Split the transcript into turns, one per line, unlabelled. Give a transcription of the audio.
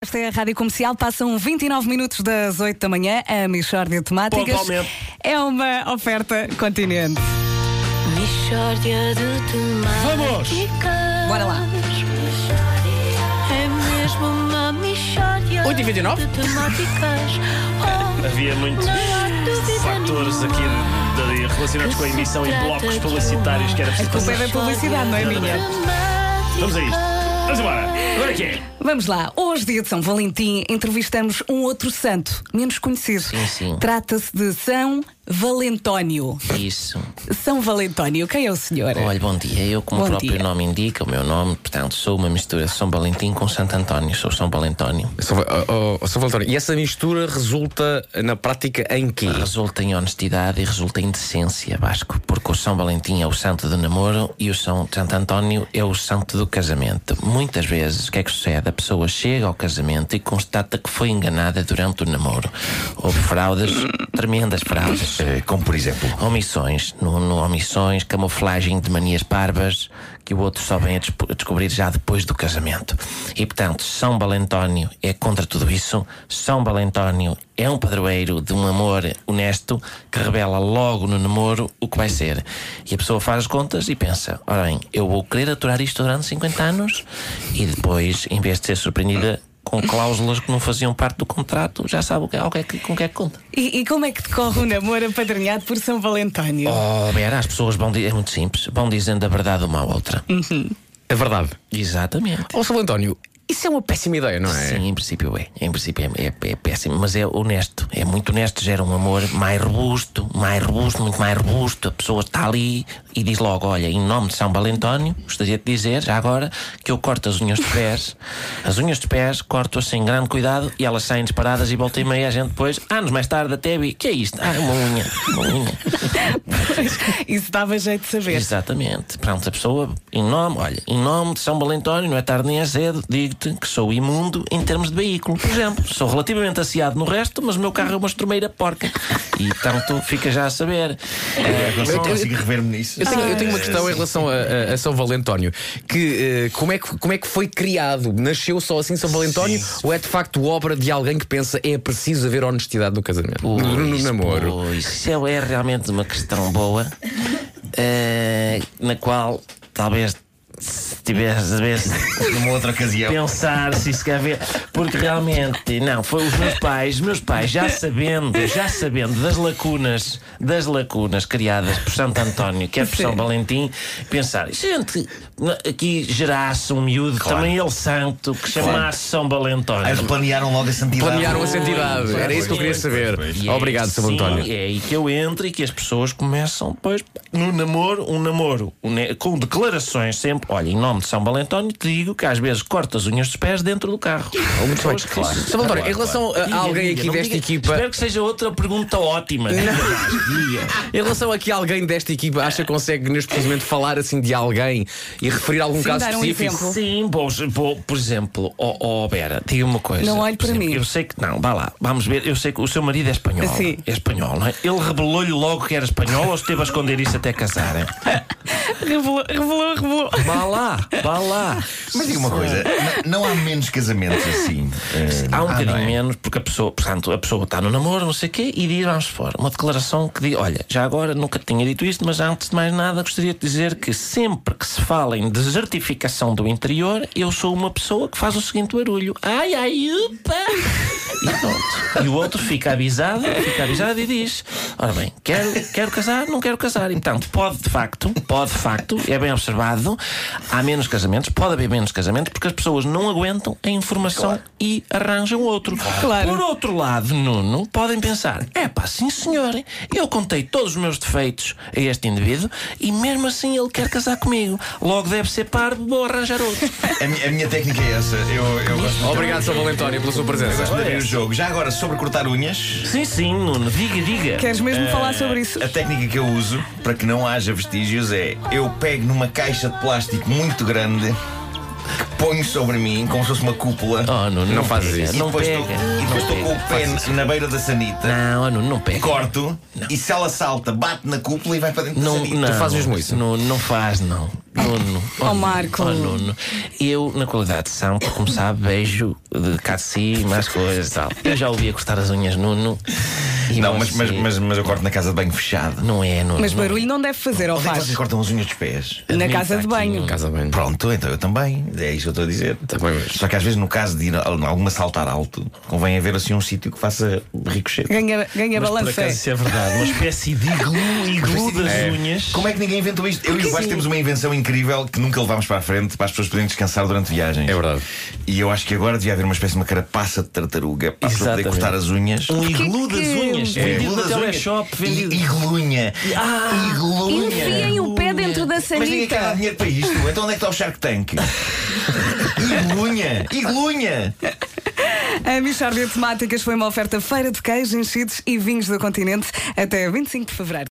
Esta é a Rádio Comercial, passam 29 minutos das 8 da manhã, a Michórdia de Temáticas
Pontualmente.
é uma oferta continente.
Mishória de
Vamos!
temáticas.
Bora lá.
É mesmo uma mishória
8h29?
de temáticas. Oh,
Havia muitos
não há dúvida
fatores aqui de- de- relacionados com a emissão e blocos publicitários que era preciso
culpa é
passar.
da publicidade, não é minha?
Vamos a isto. Vamos embora. Agora que é?
Vamos lá, hoje, dia de São Valentim, entrevistamos um outro santo, menos conhecido.
Sim, sim.
Trata-se de São Valentónio.
Isso.
São Valentónio, quem é o senhor?
Olha, bom dia. Eu, como
Bom
o próprio
dia.
nome indica, o meu nome, portanto, sou uma mistura de São Valentim com Santo António. Sou São Valentónio.
Hum.
São, Va- oh, oh, São Valentónio, e essa mistura resulta na prática em quê?
Resulta em honestidade e resulta em decência, Vasco, porque o São Valentim é o santo do namoro e o São Santo António é o santo do casamento. Muitas vezes, o que é que sucede? A pessoa chega ao casamento e constata que foi enganada durante o namoro. Houve fraudes, tremendas fraudes.
Como por exemplo?
omissões, no, no omissões, camuflagem de manias parvas que o outro só vem a, despo- a descobrir já depois do casamento. E portanto, São Valentónio é contra tudo isso. São Valentónio é um padroeiro de um amor honesto que revela logo no namoro o que vai ser. E a pessoa faz as contas e pensa: ora bem, eu vou querer aturar isto durante 50 anos e depois, em vez de ser surpreendida. Com cláusulas que não faziam parte do contrato, já sabe o que é, o que é que- com o que é que conta.
E, e como é que decorre um namoro apadrinhado por São Valentónio?
Oh, Vera, as pessoas vão dizer. É muito simples. Vão dizendo a verdade uma à outra.
É verdade.
Exatamente.
Ó Oh, São Valentónio, isso é uma péssima ideia, não é?
Sim, em princípio é. Em princípio é, é- é péssimo, mas é honesto. É muito honesto, gera um amor mais robusto, mais robusto, muito mais robusto. A pessoa está ali e diz logo: Olha, em nome de São Valentónio, gostaria de dizer, já agora, que eu corto as unhas de pés. as unhas de pés corto-as sem grande cuidado e elas saem disparadas e volta e meia. A gente depois, anos mais tarde, até vi: Que é isto? Ah, é uma unha. Uma unha.
Isso dava jeito de saber.
Exatamente. Pronto, a pessoa, em nome, olha, em nome de São Valentónio, não é tarde nem é cedo, digo-te que sou imundo em termos de veículo. Por exemplo, sou relativamente assiado no resto, mas o meu carro é uma estromeira porca. E tanto fica já a saber. Eh,
Agora só consigo rever-me nisso.
Eu tenho, eu tenho uma
Eh,
questão em relação a, a- a São Valentónio, que, eh, como, é que como é que foi criado? Nasceu só assim São Valentónio? Ou é de facto obra de alguém que pensa é preciso haver honestidade no casamento?
Pois,
no, no namoro.
pois, Isso é, é realmente uma questão boa, eh, na qual talvez se tivesse tivesse
Numa outra ocasião.
pensar se isso quer ver, porque realmente não, foi os meus pais, meus pais já sabendo, já sabendo das lacunas, das lacunas criadas por Santo António, quer por São Valentim, pensar, gente, aqui gerasse um miúdo, também ele santo, que chamasse São Valentónio.
Eles planearam logo a santidade.
Planearam a santidade, era isso que eu queria
Pois, pois,
saber.
pois,
E
pois.
é
Obrigado, São
sim,
António.
É aí que eu entro e que as pessoas começam depois no namoro, um namoro um ne- com declarações sempre. Olha, em nome de São Valentónio, te digo que às vezes corta as unhas dos pés dentro do carro.
Muito bem.
Pessoas que fazem.
São Valentónio, em relação a-
Diga,
a alguém
diga,
aqui
não
desta
diga.
equipa.
Espero que seja outra pergunta ótima. Diga, diga.
Em relação a que alguém desta equipa acha que consegue neste momento falar assim de alguém e referir algum
Sim,
caso
dar um
específico?
exemplo.
Sim, vou, vou, por exemplo, ó oh, Vera, diga-me uma coisa.
Não olhe
Por
para
exemplo,
mim.
Eu sei que. Não, vá lá, vamos ver. Eu sei que o seu marido é espanhol.
Sim.
É espanhol, não é? Ele revelou-lhe logo que era espanhol ou esteve a esconder isso até casarem?
Revelou, revelou, revelou.
Vá lá, vá lá.
Mas diga uma coisa: n- não há menos casamentos assim. Eh,
Há um
não
bocadinho
não é?
menos, porque a pessoa, portanto, a pessoa está no namoro, não sei o quê, e diz, vamos fora, uma declaração que diz: olha, já agora nunca tinha dito isto, mas antes de mais nada gostaria de dizer que sempre que se fala em desertificação do interior, eu sou uma pessoa que faz o seguinte barulho: ai, ai, upa! E pronto. E o outro fica avisado, fica avisado e diz: ora bem, quero, quero casar, não quero casar. E, portanto, pode de facto, pode de facto, é bem observado, há menos casamentos, pode haver menos casamentos, porque as pessoas não aguentam a informação e arranjam outro.
Claro.
Por outro lado, Nuno, podem pensar: é pá, sim senhor, eu contei todos os meus defeitos a este indivíduo e mesmo assim ele quer casar comigo. Logo deve ser parvo, vou arranjar outro.
A, mi- a minha técnica é essa. Eu, eu gosto muito
Obrigado, São Valentónio, pela sua
eu
presença.
gosto de abrir o jogo. Já agora, sobre cortar unhas.
sim, sim, Nuno, diga, diga.
Queres mesmo falar sobre isso?
Eh,
A técnica que eu uso para que não haja vestígios é eu pego numa caixa de plástico muito grande, ponho sobre mim como se fosse uma cúpula.
Oh, Nuno, não
fazes
pega,
isso.
e
Não
depois
pega.
estou, e depois estou com o pé na beira da sanita.
Não, oh, Nuno, não pega.
Corto e se ela salta, bate na cúpula e vai para dentro da
Não,
sanita.
não,
fazes mesmo isso?
Não, não faz, não. Nuno.
Oh, Marco.
Oh, Nuno. Eu, na qualidade de são, por começar, beijo de cá de cima, as coisas e tal. Eu já ouvia cortar as unhas, Nuno. E
Não, mas,
você-
mas, mas, mas eu corto na casa de banho fechada.
Não é, Nuno.
Mas
não.
barulho não deve fazer, ou
Onde é que
faz?
vocês cortam as unhas dos pés?
Na
Admito
casa de
aqui, um-
banho.
não. é
Casa bem.
Eh, Pronto, então eu também. É isso que eu estou a dizer.
Também mesmo.
Só que às vezes, no caso de ir a a alguma saltar alto, convém haver assim um sítio que faça ricochete.
Ganha, ganha
Mas por
balanço. é.
acaso isso é verdade. Uma espécie de iglu, iglu das unhas.
Como é que ninguém inventou isto? Eu e o Vasco temos uma invenção incrível que nunca levámos para a frente para as pessoas poderem descansar durante viagens.
É verdade.
E eu acho que agora devia haver uma espécie de uma carapaça de tartaruga para a pessoa poder
Exatamente.
cortar as unhas.
Um iglu
que-
das unhas.
É.
Vendido
Iglu
no
das unhas.
teleshop, vendido. Ah!
I- Iglunha. Iglunha.
Enfiem o pé dentro da
Mas ninguém quer dar
sanita.
dinheiro para isto. Então onde é que está o Shark Tank? Iglunha. Iglunha.
A Michórdia de Temáticas foi uma oferta feira de queijo, enchidos e vinhos do continente até 25 de fevereiro.